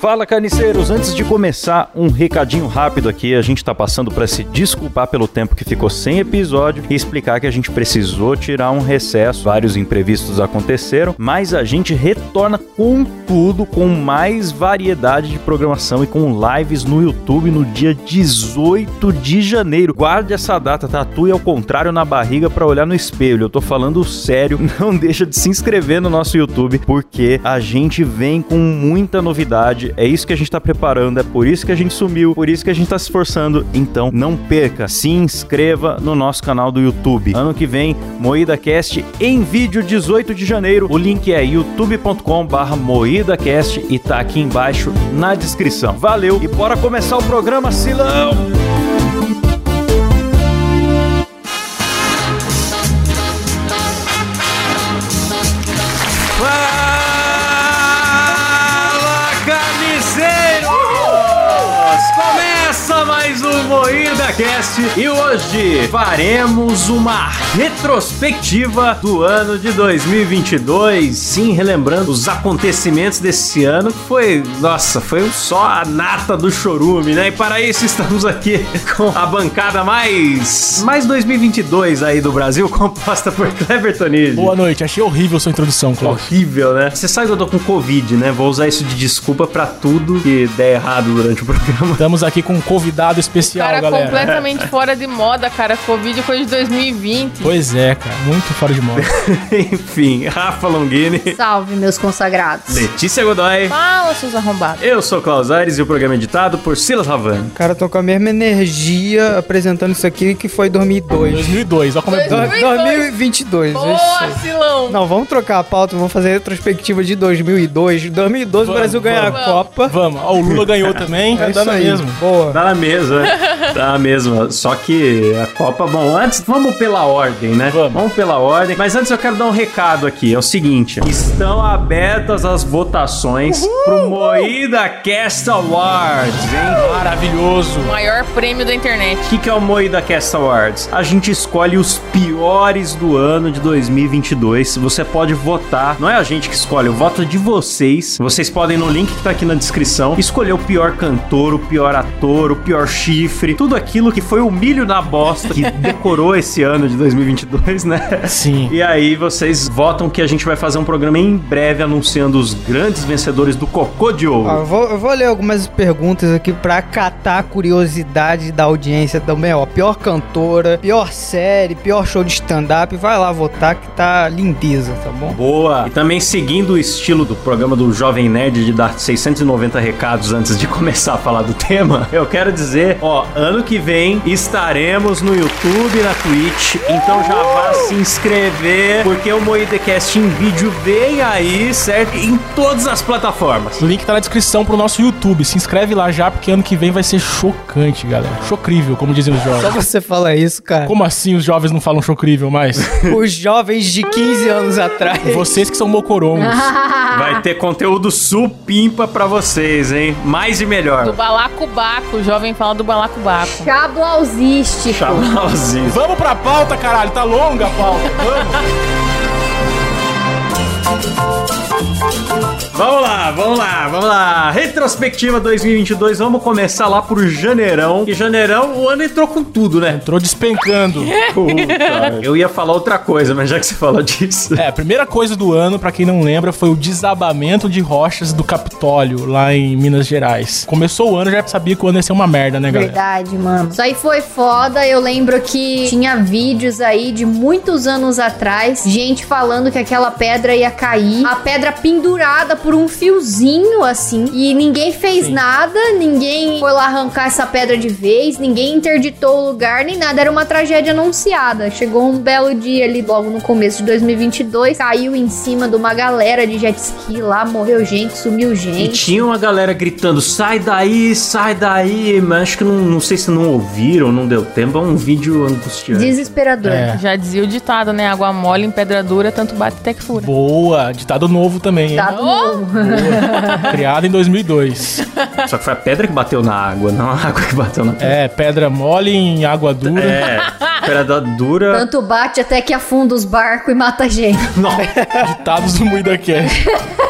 Fala carniceiros, antes de começar, um recadinho rápido aqui. A gente está passando para se desculpar pelo tempo que ficou sem episódio e explicar que a gente precisou tirar um recesso, vários imprevistos aconteceram, mas a gente retorna com tudo, com mais variedade de programação e com lives no YouTube no dia 18 de janeiro. Guarde essa data, tatue ao contrário na barriga para olhar no espelho. Eu tô falando sério, não deixa de se inscrever no nosso YouTube porque a gente vem com muita novidade é isso que a gente está preparando, é por isso que a gente sumiu, por isso que a gente está se esforçando. Então não perca, se inscreva no nosso canal do YouTube. Ano que vem, Moída Cast em vídeo 18 de janeiro. O link é youtube.com/barra MoídaCast e tá aqui embaixo na descrição. Valeu e bora começar o programa, Silão! Fala, carniceiros! Começa mais um Moída Cast e hoje faremos uma retrospectiva do ano de 2022, sim, relembrando os acontecimentos desse ano que foi, nossa, foi um só a nata do chorume, né? E para isso estamos aqui com a bancada mais mais 2022 aí do Brasil, composta por Cleber Tonini. Boa noite, achei horrível sua introdução, Cláudio. Horrível, né? Você sabe que eu tô com Covid, né? Vou usar isso de desculpa pra tudo que der errado durante o programa. Estamos aqui com um convidado especial, Cara, galera. completamente fora de moda, cara. Covid foi de 2020. Pois é, cara, muito fora de moda. Enfim, Rafa Longini, Salve, meus consagrados. Letícia Godoy. Fala, seus arrombados. Eu sou Klaus Aires e o programa é editado por Silas Ravani. Cara, tô com a mesma energia apresentando isso aqui que foi 2002. 2002, olha como é bom. Do- 2022. Boa, isso. Silão. Não, vamos trocar a pauta, vamos fazer a retrospectiva de 2002. 2012 o Vamos, Brasil ganha vamos. a Copa. Vamos, ó, o Lula ganhou também, É tá isso dando aí. mesmo. Boa. Tá na mesma, né? tá na mesma. Só que a Copa, bom, antes, vamos pela ordem, né? Vamos. pela ordem. Mas antes eu quero dar um recado aqui, é o seguinte. Estão abertas as votações pro Moída Cast Awards, hein? Maravilhoso. Maior prêmio da internet. O que, que é o Moída Cast Awards? A gente escolhe os piores do ano de 2022. Você pode votar. Não é a gente que escolhe, o voto é de vocês. Vocês podem, no link que tá aqui na descrição, escolher o pior cantor, o pior ator, o pior chifre. Tudo aquilo que foi o milho na bosta que decorou esse ano de 2022, né? Sim. E aí vocês votam que a gente vai fazer um programa em breve anunciando os grandes vencedores do Cocô de Ouro. Ó, eu, vou, eu vou ler algumas perguntas aqui pra catar a curiosidade da audiência também, ó. Pior cantora, pior série, pior show de stand-up. Vai lá votar que tá lindeza, tá bom? Boa! E também seguindo o estilo do programa do Jovem Nerd de dar 690 recados antes de começar a falar do tema, eu quero dizer, ó, ano que vem estaremos no YouTube e na Twitch, então já vá se inscrever, porque o Moidecast em vídeo vem aí, certo? Em todas as plataformas. O link tá na descrição pro nosso YouTube. Se inscreve lá já, porque ano que vem vai ser chocante, galera. Chocrível, como dizem os Só jovens. você falar isso, cara. Como assim os jovens não falam chocrível mais? Os jovens de 15 anos atrás. Vocês que são mocorongos. Ah. Vai ter conteúdo supimpa pra vocês, hein? Mais e Do melhor. balacobaco. O jovem fala do balacobaco. Cabo ausístico. Chamalzinho. Vamos pra pauta, caralho. Tá longa a pauta. Vamos. Vamos lá, vamos lá, vamos lá. Retrospectiva 2022, vamos começar lá por janeirão. E janeirão, o ano entrou com tudo, né? Entrou despencando. Puta, eu ia falar outra coisa, mas já que você falou disso. É, a primeira coisa do ano, pra quem não lembra, foi o desabamento de rochas do Capitólio, lá em Minas Gerais. Começou o ano, já sabia que o ano ia ser uma merda, né, galera? É Verdade, mano. Isso aí foi foda. Eu lembro que tinha vídeos aí de muitos anos atrás, gente falando que aquela pedra ia cair, a pedra pendurada por um fiozinho assim, e ninguém fez nada, ninguém foi lá arrancar essa pedra de vez, ninguém interditou o lugar nem nada. Era uma tragédia anunciada. Chegou um belo dia ali, logo no começo de 2022, caiu em cima de uma galera de jet ski lá, morreu gente, sumiu E gente. tinha uma galera gritando, sai daí, sai daí, mas acho que não, não sei se não ouviram, não deu tempo, é um vídeo angustiante. Desesperador. É. Já dizia o ditado, né? Água mole em pedra dura, tanto bate até que fura. Boa, ditado novo também, hein? Dado novo. Boa. Criado em 2002. Só que foi a pedra que bateu na água, não a água que bateu na pedra. É, pedra mole em água dura. É, pedra dura. Tanto bate até que afunda os barcos e mata a gente. Não. Ditados do Muida Cash.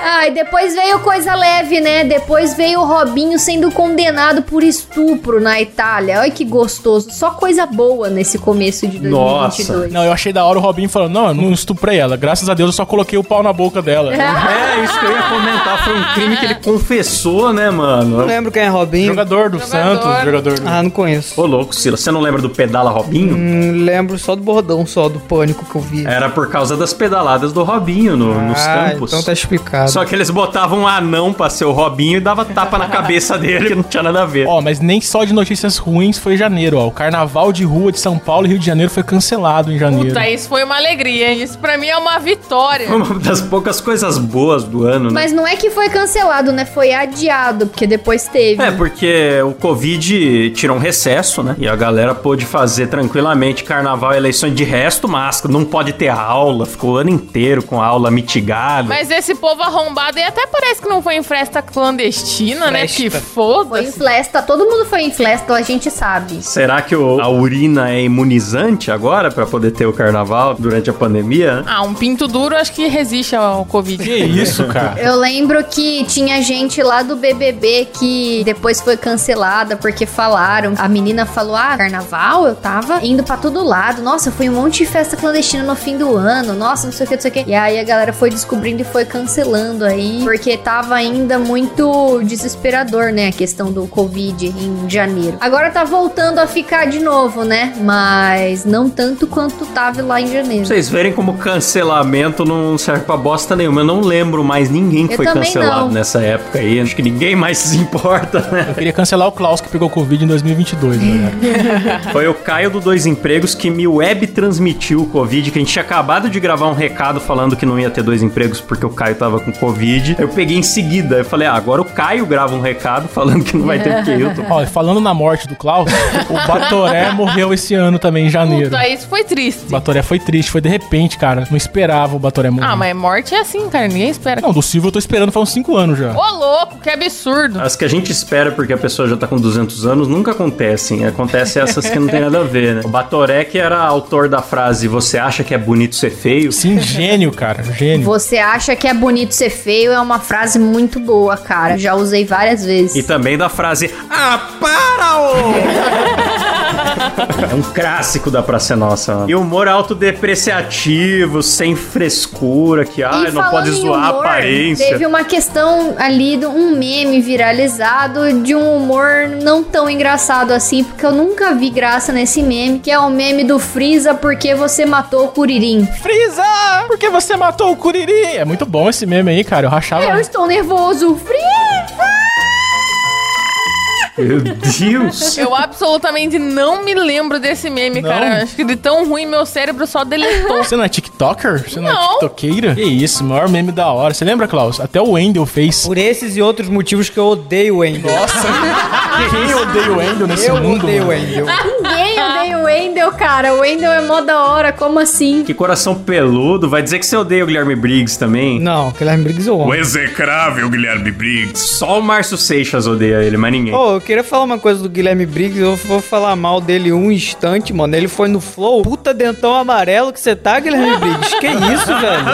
Ah, e depois veio coisa leve, né? Depois veio o Robinho sendo condenado por estupro na Itália. Olha que gostoso. Só coisa boa nesse começo de 2022. Não, eu achei da hora o Robinho falando: não, eu não estuprei ela. Graças a Deus eu só coloquei o pau na boca dela. É, isso que eu ia comentar. Foi um crime que ele confessou, né, Não mano? lembro quem é Robinho. Jogador do Santos, jogador do. Ah, não conheço. Ô, louco, Silas, você não lembra do Pedala Robinho? Hum, lembro só do bordão, só do pânico que eu vi. Era por causa das pedaladas do Robinho no- É, nos ah, campos. então tá explicado. Só que eles botavam um anão pra ser o Robinho e dava tapa na cabeça dele, que não tinha nada a ver. Ó, mas nem só de notícias ruins foi janeiro, ó. O carnaval de rua de São Paulo e Rio de Janeiro foi cancelado em janeiro. Puta, isso foi uma alegria, hein? Isso pra mim é uma vitória. Foi Uma das poucas coisas boas do ano, né? Mas não é que foi cancelado, né? Foi adiado, porque depois teve. É, porque o Covid tirou um recesso, né? E a galera pôde fazer tranquilamente carnaval, eleições de resto, máscara. Não pode ter aula, ficou o ano inteiro com a aula mitigada. Mas esse povo arrombado aí até parece que não foi em festa clandestina, né? Festa. Que Foi em foda-se. flesta, todo mundo foi em flesta, a gente sabe. Será que o- a urina é imunizante agora pra poder ter o carnaval durante a pandemia? né? Ah, um pinto duro acho que resiste ao Covid. Que isso, cara? Eu lembro que tinha gente lá do BBB que depois foi cancelada porque falaram. A menina falou: Ah, carnaval, eu tava indo pra todo lado. Nossa, eu fui em um monte de festa clandestina no fim do ano. Nossa, não sei o que, não sei o que. E aí a galera foi descobrindo e foi cancelando aí, porque tava ainda muito desesperador, né? A questão do Covid em janeiro. Agora tá voltando a ficar de novo, né? Mas não tanto quanto tava lá em Pra janeiro. vocês verem como cancelamento não serve pra bosta nenhuma. Eu não lembro mais ninguém que Eu foi também cancelado não. nessa época aí. Acho que ninguém mais se importa, né? Eu queria cancelar o Klaus que pegou Covid em 2022, galera. Foi o Caio do Dois Empregos que me web transmitiu o Covid, que a gente tinha acabado de gravar um recado falando que não ia ter dois empregos porque o Caio tava com Covid. Eu peguei em seguida, eu falei, ah, agora o Caio grava um recado falando que não vai ter porque eu tô. Ó, e falando na morte do Klaus, o Batoré morreu esse ano também, em janeiro. Puta, isso foi triste. O Batoré foi triste, foi de repente, cara. Não esperava o Batoré morrer. Ah, mas morte é assim, cara. Ninguém espera. Não, do Silvio eu tô esperando faz uns 5 anos já. Ô, louco, que absurdo. As que a gente espera porque a pessoa já tá com 200 anos nunca acontecem. Acontecem essas que não tem nada a ver, né? O Batoré, que era autor da frase Você acha que é bonito ser feio? Sim, gênio, cara. Gênio. Você acha que é bonito ser feio é uma frase muito boa, cara. Já usei várias E vezes. também da frase Ah, para! ô!" é um clássico da Praça é Nossa. mano. E humor autodepreciativo, sem frescura, que ai, E tá, não pode falando em zoar a humor, aparência. Teve um uma questão ali de um meme viralizado de um humor não tão engraçado assim, porque eu nunca vi graça nesse meme, que é o meme do Freeza porque você matou o Curirim. Frieza! Por que você matou o Curiri? É muito bom esse meme aí, cara. Eu Ah. rachava. É, Eu estou nervoso, Freeza! Meu Deus! Eu absolutamente não me lembro desse meme, Não? cara. Acho que de tão ruim meu cérebro só deletou. Você não é TikToker? Você não, é Não. TikTokeira? Que isso, maior meme da hora. Você lembra, Klaus? Até o Wendel fez. Por esses e outros motivos que eu odeio o Wendel. Nossa! Quem odeia o Wendel nesse Eu mundo? odeio o mano? Wendel. Ninguém odeia o Wendel, cara. O Wendel é mó da hora, como assim? que coração peludo. Vai dizer que você odeia o Guilherme Briggs também? Não, Guilherme Briggs eu amo. O execrável Guilherme Briggs. Só o Márcio Seixas odeia ele, mas ninguém. Ô, eu queria falar uma coisa do Guilherme Briggs, eu vou falar mal dele um instante, mano. Ele foi no flow, puta dentão amarelo que você tá, Guilherme Briggs. Que isso, velho?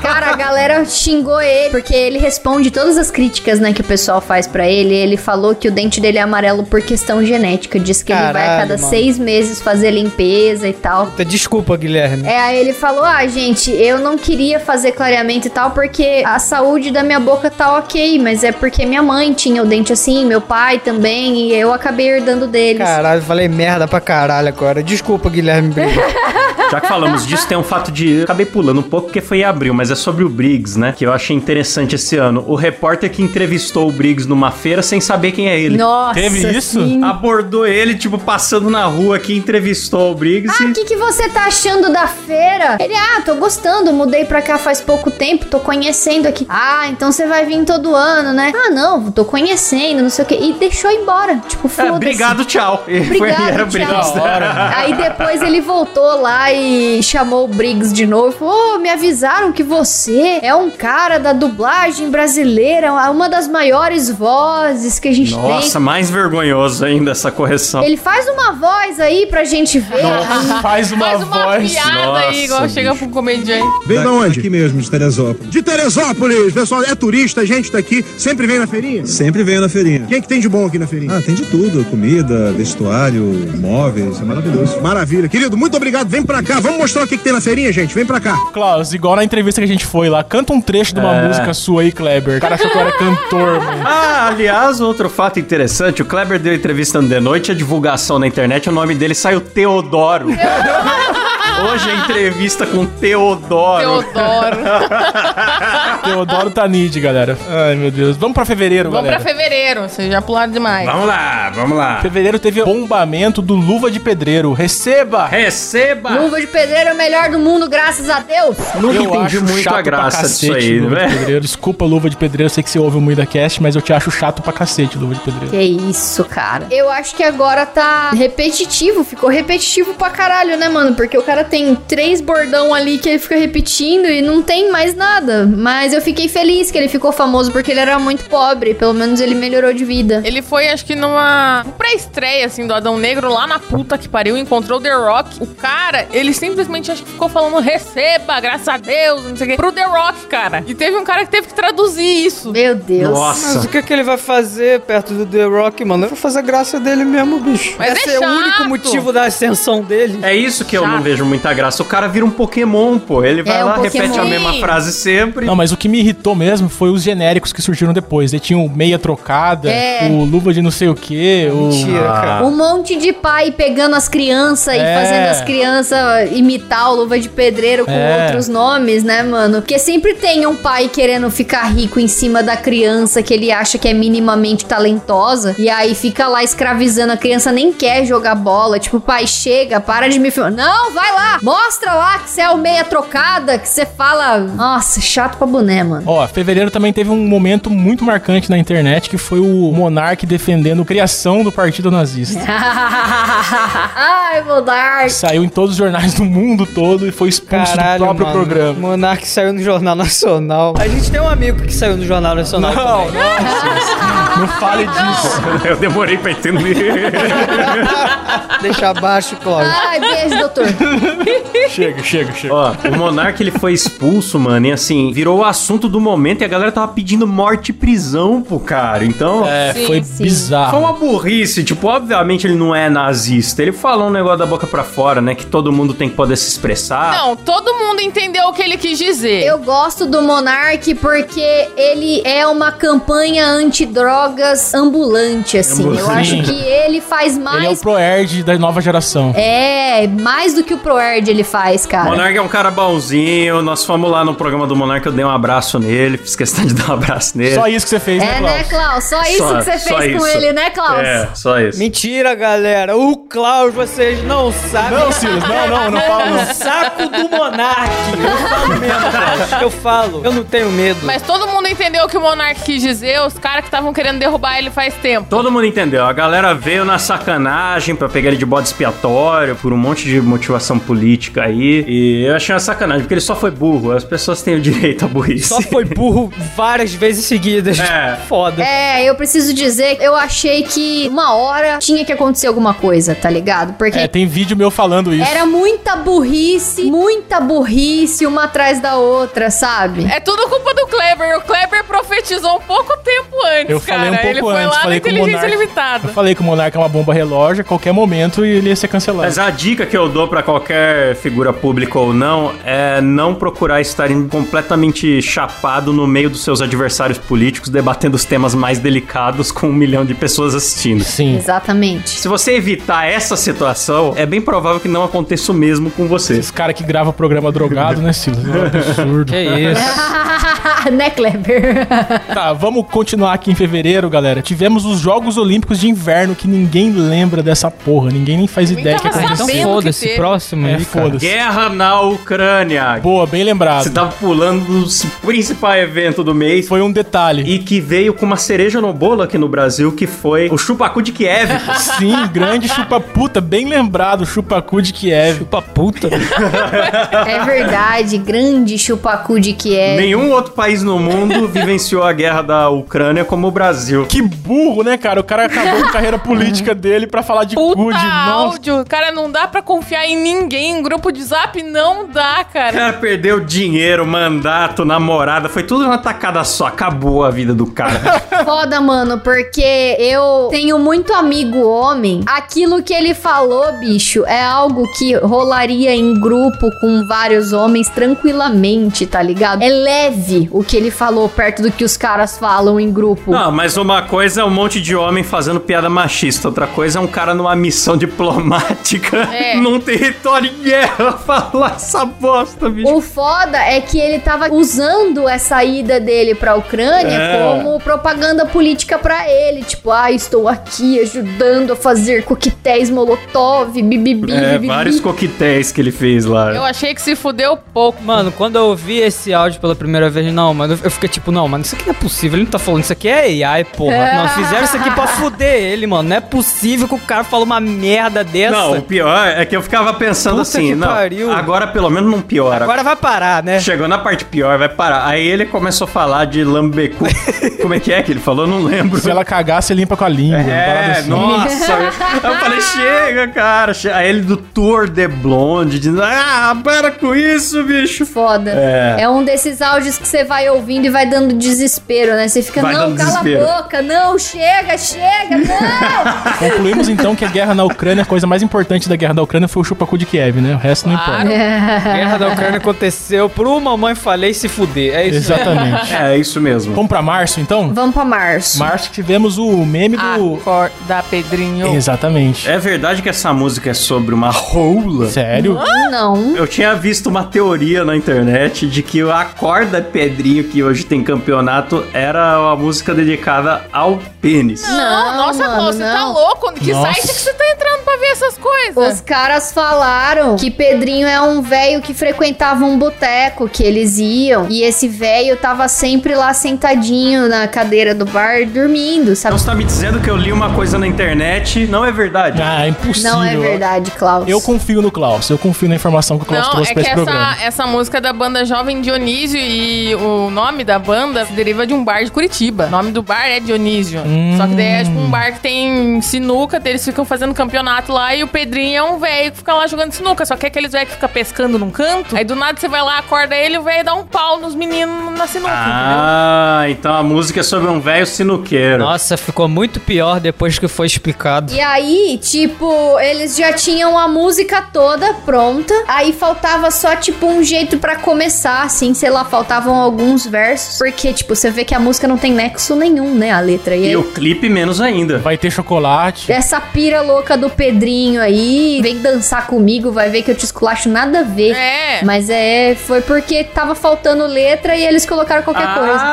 Cara, a galera xingou ele, porque ele responde todas as críticas, né, que o pessoal faz pra ele. Ele falou que o dente dele é amarelo por questão genética. Diz que ele vai a Caralho, cada mano. seis meses fazer limpeza e tal. Puta, Desculpa, Guilherme. É, aí ele falou: Ah, gente, eu não queria fazer clareamento e tal, porque a saúde da minha boca tá ok, mas é porque minha mãe tinha o dente assim, meu pai também, e eu acabei herdando deles. Caralho, falei merda pra caralho agora. Desculpa, Guilherme Briggs. Já que falamos disso, tem um fato de. Acabei pulando um pouco porque foi em abril, mas é sobre o Briggs, né? Que eu achei interessante esse ano. O repórter que entrevistou o Briggs numa feira sem saber quem é ele. Nossa! Teve isso? sim. Abordou ele, tipo, passando na rua aqui, entrevistou o Briggs Ah, o e. "É, que, que você tá achando da feira? Ele, ah, tô gostando, mudei pra cá faz pouco tempo, tô conhecendo aqui. Ah, então você vai vir todo ano, né? Ah, não, tô conhecendo, não sei o quê. E deixou embora, tipo, É, foda-se. obrigado, tchau. E foi- Obrigado, era o tchau. Briggs. né? Da hora. Aí depois ele voltou lá e chamou o Briggs de novo. Falou, Ô, me avisaram que você é um cara da dublagem brasileira, é uma das maiores vozes que a gente tem. Nossa, mais vergonhoso ainda essa correção. Ele faz uma voz aí pra a gente vê. Nossa, faz uma Faz uma voz. piada aí, igual Nossa, chega pro comediante. Vem da onde? Aqui mesmo, de Teresópolis. De Teresópolis! Pessoal, é turista, a gente tá aqui. Sempre vem na feirinha? Sempre venho na feirinha. O que, é que tem de bom aqui na feirinha? Ah, tem de tudo. Comida, vestuário, móveis. É maravilhoso. Maravilha. Querido, muito obrigado. Vem pra cá. Vamos mostrar o que, que tem na feirinha, gente. Vem pra cá. Klaus, igual na entrevista que a gente foi lá, canta um trecho de uma música sua aí, Kleber. O cara achou que eu era cantor, mano. Ah, aliás, outro fato interessante, o Kleber deu entrevista no The Noite, a divulgação na internet, o nome dele saiu Teodoro. Hoje é entrevista com Teodoro. Teodoro. Teodoro Tanid, galera. Ai, meu Deus. Vamos pra fevereiro, Vamos galera. pra fevereiro, vocês já pularam É demais. Vamos lá, vamos lá. Fevereiro teve bombamento do Luva de Pedreiro. Receba! Receba! Luva de pedreiro é o melhor do mundo, graças a Deus. Nunca Eu entendi acho muito chato a pra graça disso cacete, aí, Luva de né? Pedreiro. Desculpa, Luva de Pedreiro, eu sei que você ouve o Muida Cast, mas eu te acho chato pra cacete, Luva de Pedreiro. Que isso, cara. Eu acho que agora tá repetitivo. Ficou repetitivo pra caralho, né, mano? Porque o cara tem três bordão ali que ele fica repetindo e não tem mais nada. Mas eu fiquei feliz que ele ficou famoso porque ele era muito pobre. Pelo menos ele melhorou de vida. Ele foi, acho que numa um pré-estreia, assim, do Adão Negro, lá na puta que pariu, encontrou The Rock. O cara, ele simplesmente, acho que ficou falando, receba, graças a Deus, não sei o quê, pro The Rock, cara. E teve um cara que teve que traduzir isso. Meu Deus. Mas Nossa. o que, que ele vai fazer perto do The Rock, mano? Ele vai fazer graça dele mesmo, bicho. Mas Esse é é, o chato. único motivo da ascensão dele. É isso que eu não Chato. vejo muita graça. O cara vira um Pokémon, pô. Ele vai É, um lá, repete a Pokémon. mesma Sim. frase sempre. Não, mas o que me irritou mesmo foi os genéricos que surgiram depois. Ele tinha o Meia Trocada, É. o Luva de não sei o quê, o... É Mentira, cara. Um monte de pai pegando as crianças Ah. É. e fazendo as crianças imitar o Luva de Pedreiro com É. outros nomes, né, mano? Porque sempre tem um pai querendo ficar rico em cima da criança que ele acha que é minimamente talentosa e aí fica lá escravizando a criança, nem quer jogar bola. Tipo, pai, chega, para de me filmar. Não, vai lá, mostra lá que você é o meia trocada, que você fala. Nossa, chato pra boné, mano. Ó, fevereiro também teve um momento muito marcante na internet, que foi o Monark defendendo a criação do Partido Nazista. Ai, Monark. Saiu em todos os jornais do mundo todo e foi expulso Caralho, do próprio mano. programa. Monark saiu no Jornal Nacional. A gente tem um amigo que saiu no Jornal Nacional também. Não fale disso. Eu demorei pra entender. Deixa abaixo, Cláudio. Ai, beijo, doutor. chega, chega, chega. Ó, o Monark ele foi expulso, mano, e assim, virou o assunto do momento e a galera tava pedindo morte e prisão pro cara. Então, É, Sim, foi sim. foi bizarro. uma burrice. Tipo, obviamente ele não é nazista. Ele falou um negócio da boca pra fora, né? Que todo mundo tem que poder se expressar. Não, todo mundo entendeu o que ele quis dizer. Eu gosto do Monark porque ele é uma campanha antidrogas ambulante, assim. Eu Ambulante. acho que ele faz Ele é o mais. Proerd da nova geração. É, mais do que o Proerd ele faz, cara. Monark é um cara bonzinho. Nós fomos lá no programa do Monark, eu dei um abraço nele, fiz questão de dar um abraço nele. Só isso que você fez, né, é, Klaus? né, Klaus? Só isso Só- que você só fez com isso. ele, né, Klaus? É, só isso. Mentira, galera. O Cláudio, vocês não sabem. Não, Silas, não, não, não fala não. O saco do Monark. Eu falo mesmo, Cláudio. Eu falo. Eu não tenho medo. Mas todo mundo entendeu o que o Monark quis dizer, os caras que estavam querendo derrubar ele faz tempo. Todo mundo entendeu. A galera veio na sacanagem pra pegar ele de bode expiatório por um monte de motivação política aí. E eu achei uma sacanagem, porque ele só foi burro. As pessoas têm o direito à burrice. Só foi burro várias vezes seguidas. É. Foda. É, eu preciso dizer, eu achei que uma hora tinha que acontecer alguma coisa, tá ligado? Porque É, tem vídeo meu falando isso. era um muita burrice, muita burrice uma atrás da outra, sabe? É tudo culpa do Kleber. O Kleber profetizou um pouco tempo antes, Eu cara. falei um pouco ele foi antes, lá na falei que o inteligência Monark- limitada. Eu falei que o Monark é uma bomba relógio, a qualquer momento ele ia ser cancelado. Mas a dica que eu dou pra qualquer figura pública ou não é não procurar estar em- completamente chapado no meio dos seus adversários políticos, debatendo os temas mais delicados com um milhão de pessoas assistindo. Sim. Exatamente. Se você evitar essa situação, é bem provável que não aconteça o mesmo com você. Esse cara que grava programa drogado, né, Silas? É um absurdo. Que isso. né, Kleber? Tá, vamos continuar aqui em fevereiro, galera. Tivemos os Jogos Olímpicos de Inverno, que ninguém lembra dessa porra. Ninguém nem faz ideia do que é tava aconteceu. sabendo. que teve. próximo É, foda-se. Então, né, Guerra na Ucrânia. Boa, bem Você lembrado. tava pulando o principal evento do mês. Foi um detalhe. E que veio com uma cereja no bolo aqui no Brasil, que foi o Chupacu de Kiev. Sim, grande chupa puta, bem lembrado, chupa cu de Kiev. Chupa puta. É verdade, grande chupacu de Kiev. Nenhum outro país no mundo vivenciou a guerra da Ucrânia como o Brasil. Que burro, né, cara? O cara acabou com a carreira política dele pra falar de cu, Puta de mão. áudio. Cara, não dá pra confiar em ninguém. Em grupo de zap não dá, O cara. cara perdeu dinheiro, mandato, namorada, foi tudo numa tacada só. Acabou a vida do cara. Foda, mano, porque eu tenho muito amigo homem. Aquilo que ele falou, bicho, é algo que rolaria em grupo com vários homens tranquilamente, tá ligado? É leve o que ele falou perto do que os caras falam em grupo. Não, mas uma coisa é um monte de homem fazendo piada machista, outra coisa é um cara numa missão diplomática É. num território em guerra falar essa bosta, bicho. O foda é que ele tava usando essa ida dele pra Ucrânia É. como propaganda política pra ele. Tipo, ah, estou aqui ajudando a fazer coquetéis molotov, bibibi. É, bibibi." vários coquetéis que ele fez lá. Eu achei que se fudeu pouco. Mano, quando eu ouvi esse áudio pela primeira vez, não, mano, eu fiquei tipo, não, mano, isso aqui não é possível, ele não tá falando, isso aqui é AI, porra. Não, fizeram isso aqui pra fuder ele, mano. Não é possível que o cara falou uma merda dessa. Não, o pior é que eu ficava pensando Puta assim, que não, pariu. agora pelo menos não piora. Agora vai parar, né? Chegou na parte pior, vai parar. Aí ele começou a falar de lambecu. Como é que é que ele falou? Eu Não lembro. Se ela cagar, você limpa com a língua. uma parada É, assim. nossa. eu falei, chega, cara. che- Aí ele do Tour de Blonde, dizendo, ah, para com isso, bicho. Foda. É. um desses áudios que você vai ouvindo e vai dando desespero, né? Você fica, Vai não, dando cala desespero." a boca, não, chega, chega, não! Concluímos então que a guerra na Ucrânia, a coisa mais importante da guerra da Ucrânia foi o chupacu de Kiev, né? O resto não Claro. importa. É. A guerra da Ucrânia aconteceu pro mamãe falei se fuder. É isso. Exatamente. É, é isso mesmo. Vamos pra março, então? Vamos pra março. Março tivemos o meme Ah. do... Acorda, Pedrinho. Exatamente. É verdade que essa música é sobre uma rola? Sério? Não. Eu tinha visto uma teoria na internet de que o Acorda Pedrinho, que hoje tem campeonato, era uma música dedicada ao pênis. Não, nossa, mano, Paulo, você tá não. louco? Que Nossa. site que você tá entrando pra ver essas coisas? Os caras falaram que Pedrinho é um velho que frequentava um boteco que eles iam. E esse velho tava sempre lá sentadinho na cadeira do bar, dormindo, Então sabe? você tá me dizendo que eu li uma coisa na internet, não é verdade? Ah, é impossível. Não é verdade, Klaus. Eu confio no Klaus. Eu confio na informação que o Klaus Não, trouxe é pra que esse programa. essa, essa música da banda Jovem Dionísio e o nome da banda deriva de um bar de Curitiba. O nome do bar é Dionísio. Só que daí é Hum. tipo um bar que tem sinuca, daí eles ficam fazendo campeonato lá e o Pedrinho é um velho que fica lá jogando sinuca. Só que é aqueles velhos que fica pescando num canto. Aí do nada você vai lá, acorda ele e o velho dá um pau nos meninos na sinuca. entendeu? Ah, então a música é sobre um velho sinuqueiro. Nossa, ficou muito pior depois que foi explicado. E aí, tipo, eles já tinham a música toda pronta. Aí faltava só, tipo, um jeito pra começar, assim, sei lá, faltavam alguns versos. Porque, tipo, você vê que a música não tem nexo nenhum, né? A letra. E, E aí, o clipe menos ainda. Vai ter chocolate. essa pira louca do Pedrinho aí, vem dançar comigo, vai ver que eu te esculacho nada a ver. É. Mas é, foi porque tava faltando letra e eles colocaram qualquer coisa.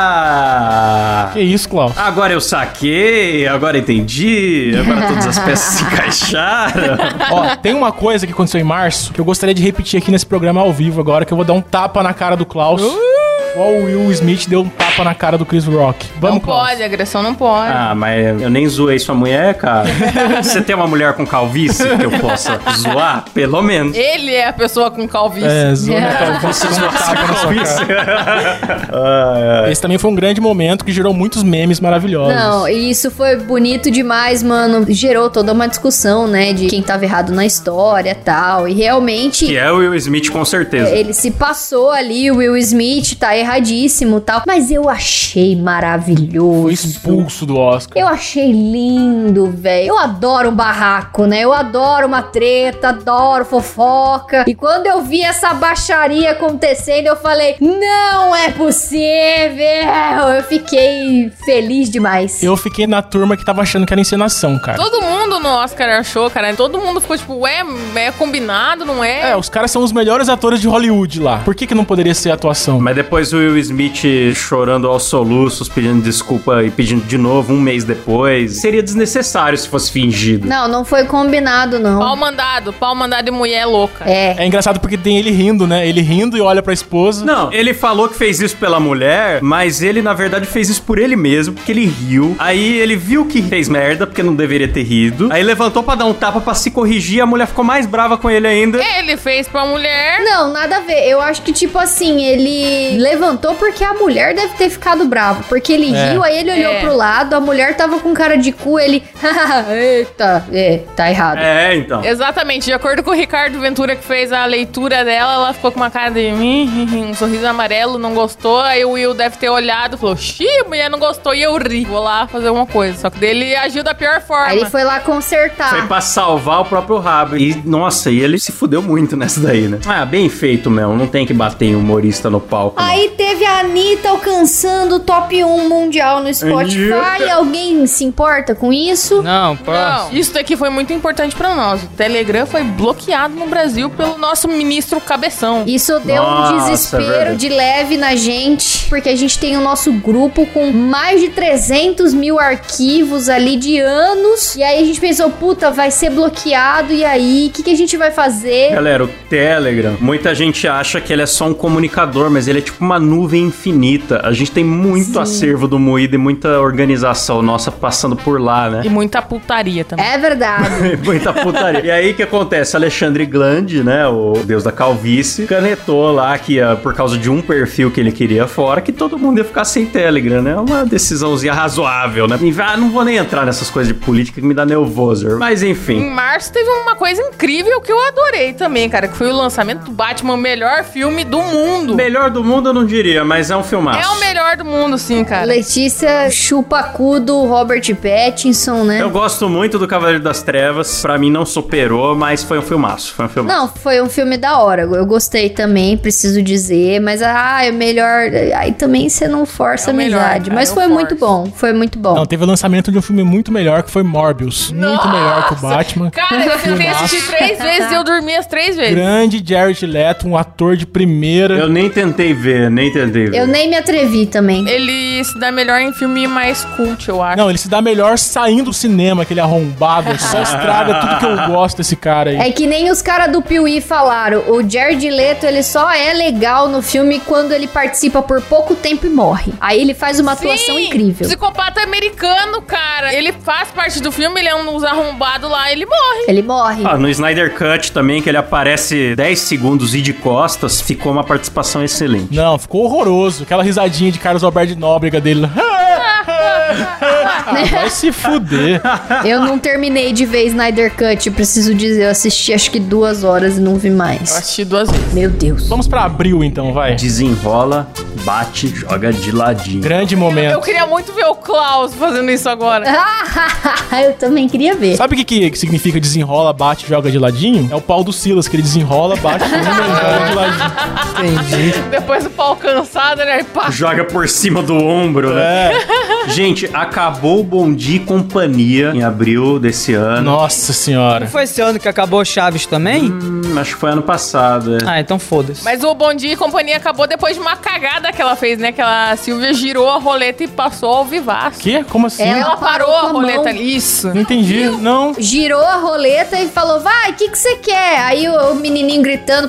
Ah! Que isso, Klaus? Agora eu saquei, agora entendi, agora todas as peças se encaixaram. Ó, tem uma coisa que aconteceu em março que eu gostaria de repetir aqui nesse programa ao vivo agora, que eu vou dar um tapa na cara do Klaus. Igual o Will Smith deu um tapa na cara do Chris Rock. Vamos, não Klaus. pode, agressão não pode. Ah, mas eu nem zoei sua mulher, cara. Você tem uma mulher com calvície que eu possa zoar? Pelo menos. Ele é a pessoa com calvície. É, zona calvície, dá um tapa na sua cara. Esse também foi um grande momento que gerou muitos memes maravilhosos. Não, e isso foi bonito demais, mano. Gerou toda uma discussão, né? De quem tava errado na história tal. E realmente. Que é o Will Smith, com certeza. Ele se passou ali, o Will Smith tá erradíssimo e tal. Mas eu achei Foi maravilhoso. expulso do Oscar. Eu achei lindo, velho. Eu adoro um barraco, né? Eu adoro uma treta, adoro fofoca. E quando eu vi essa baixaria acontecendo, eu falei: não é possível! Eu fiquei feliz demais. Eu fiquei na turma que tava achando que era encenação, cara. Todo mundo no Oscar achou, cara. Todo mundo ficou tipo, ué, é combinado, não é? É, os caras são os melhores atores de Hollywood lá. Por que, que não poderia ser atuação? Mas depois depois o Will Smith chorando aos soluços, pedindo desculpa e pedindo de novo um mês depois. Seria desnecessário se fosse fingido. Não, não foi Pau combinado, não. mandado, pau mandado e mulher louca. É. É engraçado porque tem ele rindo, né? Ele rindo e olha pra esposa. Não, ele falou que fez isso pela mulher, mas ele na verdade fez isso por ele mesmo, porque ele riu. Aí ele viu que fez merda, porque não deveria ter rido. Aí levantou pra dar um tapa pra se corrigir, a mulher ficou mais brava com ele ainda. Ele fez pra mulher. Não, nada a ver. Eu acho que, tipo assim, ele levantou porque a mulher deve ter ficado brava. Porque ele riu, aí ele olhou É. pro lado, a mulher tava com cara de cu, ele. "Haha, Eita, é, tá errado. É, então. Exatamente, de acordo com o Ricardo Ventura que fez a leitura dela, ela ficou com uma cara de "Hum, um sorriso amarelo, não gostou. Aí o Will deve ter olhado e falou: Xiii, mulher não gostou e eu ri. Vou lá fazer alguma coisa. Só que dele agiu da pior forma. Aí ele foi lá Foi consertar. pra salvar o próprio rabo. E, nossa, e ele se fudeu muito nessa daí, né? Ah, bem feito mesmo. Não tem que bater em humorista no palco. não. Aí teve a Anitta alcançando o top 1 mundial no Spotify. Anitta. Alguém se importa com isso? Não, pô. Não, isso daqui foi muito importante pra nós. O Telegram foi bloqueado no Brasil pelo nosso ministro Cabeção. Isso deu Nossa, um é desespero verdade. de leve na gente, porque a gente tem o nosso grupo com mais de 300 mil arquivos ali de anos. E aí a gente pensou, puta, vai ser bloqueado, e aí, o que, que a gente vai fazer? Galera, o Telegram, muita gente acha que ele é só um comunicador, mas ele é tipo uma nuvem infinita. A gente tem muito acervo do Moído e muita organização nossa passando por lá, né? E muita putaria também. É verdade. Muita putaria. e aí o que acontece? Alexandre Glande, né? O deus da calvície, canetou lá que ia- por causa de um perfil que ele queria fora, que todo mundo ia ficar sem Telegram, né? Uma decisãozinha razoável, né? E, Ah, não vou nem entrar nessas coisas de política que me dá nervoso. Mas Em enfim. março teve uma coisa incrível que eu adorei também, cara, que foi o lançamento do Batman, o melhor filme do mundo. Melhor do mundo eu não diria, mas é um filmaço. Hum. É o melhor do mundo, sim, cara. Letícia chupa cu do Robert Pattinson, né? Eu gosto muito do Cavaleiro das Trevas. Pra mim não superou, mas foi um filmaço. Foi um filmaço. Não, foi um filme da hora. Eu gostei também, preciso dizer. Mas, ah, é melhor. Aí também você não força É a o melhor, amizade. cara, mas não foi muito força. bom. Foi muito bom. Não, teve o lançamento de um filme muito melhor que foi Morbius. Muito melhor que o Batman. Cara, eu tentei Filmaço. assistir três vezes e eu dormi as três vezes. Grande Jared Leto, um ator de primeira. Eu nem tentei ver, nem tentei ver. Eu nem me atrevi também. Ele se dá melhor em filme mais cult, eu acho. Não, ele se dá melhor saindo do cinema, aquele arrombado. Só estraga tudo que eu gosto desse cara aí. É que nem os caras do Piuí falaram. O Jared Leto, ele só é legal no filme quando ele participa por pouco tempo e morre. Aí ele faz uma atuação Sim, incrível. Psicopata americano, cara. Ele faz parte do filme, ele é um dos arrombados lá, ele morre. Ele morre. Ah, no Snyder Cut também, que ele aparece 10 segundos e de costas, ficou uma participação excelente. Não, ficou horroroso. Aquela risadinha de Carlos Alberto de Nóbrega dele. Vai se fuder. Eu não terminei de ver Snyder Cut, preciso dizer. Eu assisti acho que duas horas e não vi Eu mais. assisti duas vezes. Meu Deus. Vamos pra abril então, vai. Desenrola, bate, joga de ladinho. Grande Eu momento. queria muito ver o Klaus fazendo isso agora. Ah. eu também queria ver. Sabe o que, que que significa desenrola, bate, joga de ladinho? É o pau do Silas, que ele desenrola, bate, joga de ladinho. Entendi. Depois o pau cansado, ele aí pá. Joga por cima do ombro, né? É. Gente, acabou o Bom Dia e Companhia em abril desse ano. Nossa Não senhora. foi esse ano que acabou Chaves também? Hum, acho que foi ano passado. é. Ah, então foda-se. Mas o Bom Dia e Companhia acabou depois de uma cagada que ela fez, né? Que ela, a Silvia girou a roleta e passou ao vivaço. Quê? Como assim? É. Ela Ela parou parou a com a roleta mão. ali. Isso. Não entendi. Não. Girou a roleta e falou: vai, o que que você quer? Aí o, o menininho gritando: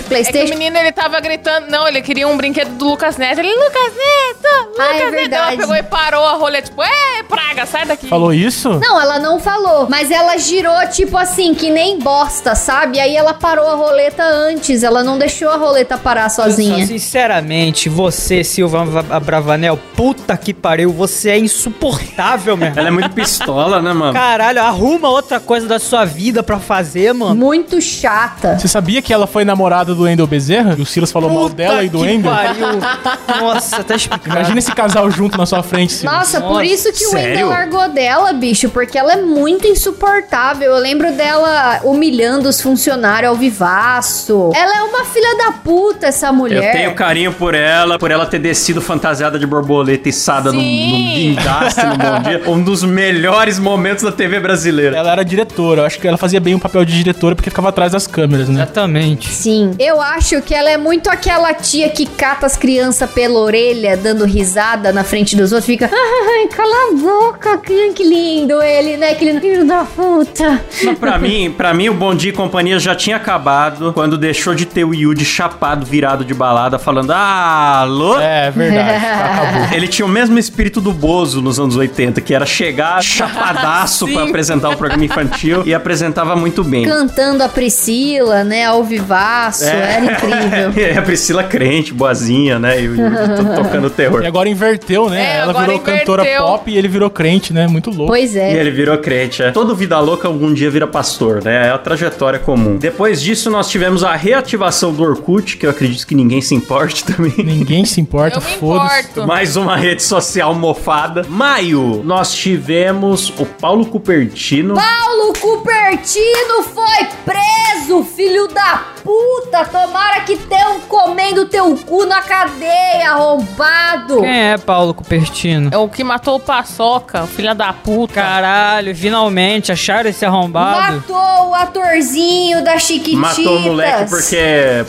É que o PlayStation. menino, ele tava gritando... Não, ele queria um brinquedo do Lucas Neto. Ele, Lucas Neto! Lucas Ah, é Neto! Ela verdade. pegou e parou a roleta. Tipo, é, praga, sai daqui. Falou isso? Não, ela não falou, mas ela girou tipo assim, que nem bosta, sabe? Aí ela parou a roleta antes, ela não deixou a roleta parar Só, sozinha. Sinceramente, você, Silva Bravanel, puta que pariu, você é insuportável, meu irmão. Ela é muito pistola, né, mano? Caralho, arruma outra coisa da sua vida pra fazer, mano. Muito chata. Você sabia que ela foi namorada do Endel Bezerra? E o Silas falou mal dela e do que Endel? pariu. Nossa, tá explicado. Imagina esse casal junto na sua frente, péssimo. Nossa, por isso que o Wendel sério? largou dela, bicho, porque ela é muito insuportável. Eu lembro dela humilhando os funcionários ao vivaço. Ela é uma filha da puta, essa Eu mulher. tenho carinho por ela, por ela ter descido fantasiada de borboleta içada num, num Sim. guindaste no Bom Dia. Um dos melhores momentos da TV brasileira. Ela era diretora, eu acho que ela fazia bem o papel de diretora porque ficava atrás das câmeras, né? Exatamente. Sim. Eu acho que ela é muito aquela tia que cata as crianças pela orelha, dando risada na frente dos outros, fica. Ai, cala a boca, que que lindo ele, né? Que filho da puta. pra mim, pra mim, o Bom Dia e Companhia já tinha acabado quando deixou de ter o Yudi chapado, virado de balada, falando: Ah, alô? É, verdade. Acabou. Ele tinha o mesmo espírito do Bozo nos anos 80, que era chegar chapadaço pra Sim. apresentar o programa infantil e apresentava muito bem. Cantando a Priscila, né? Ao vivaço. Era incrível. É, a Priscila crente, boazinha, né? E o Yudi to- tocando terror. E agora inverteu, né? É, ela agora virou cantora inverteu. pop e ele virou crente, né? Muito louco. Pois E é. ele virou crente, é. Todo vida louca algum dia vira pastor, né? É a trajetória comum. Depois disso, nós tivemos a reativação do Orkut, que eu acredito que ninguém se importe também. Ninguém se importa, Eu me foda-se. importo. Mais uma rede social mofada. Maio, nós tivemos o Paulo Cupertino. Paulo Cupertino foi preso, filho da puta! Tomara que tenham comendo teu cu na cadeia, arrombado! Quem é Paulo Cupertino? É o que matou o Paçoca, o filho da puta. Caralho, finalmente acharam esse arrombado. Matou o atorzinho da Chiquititas. Matou o moleque porque,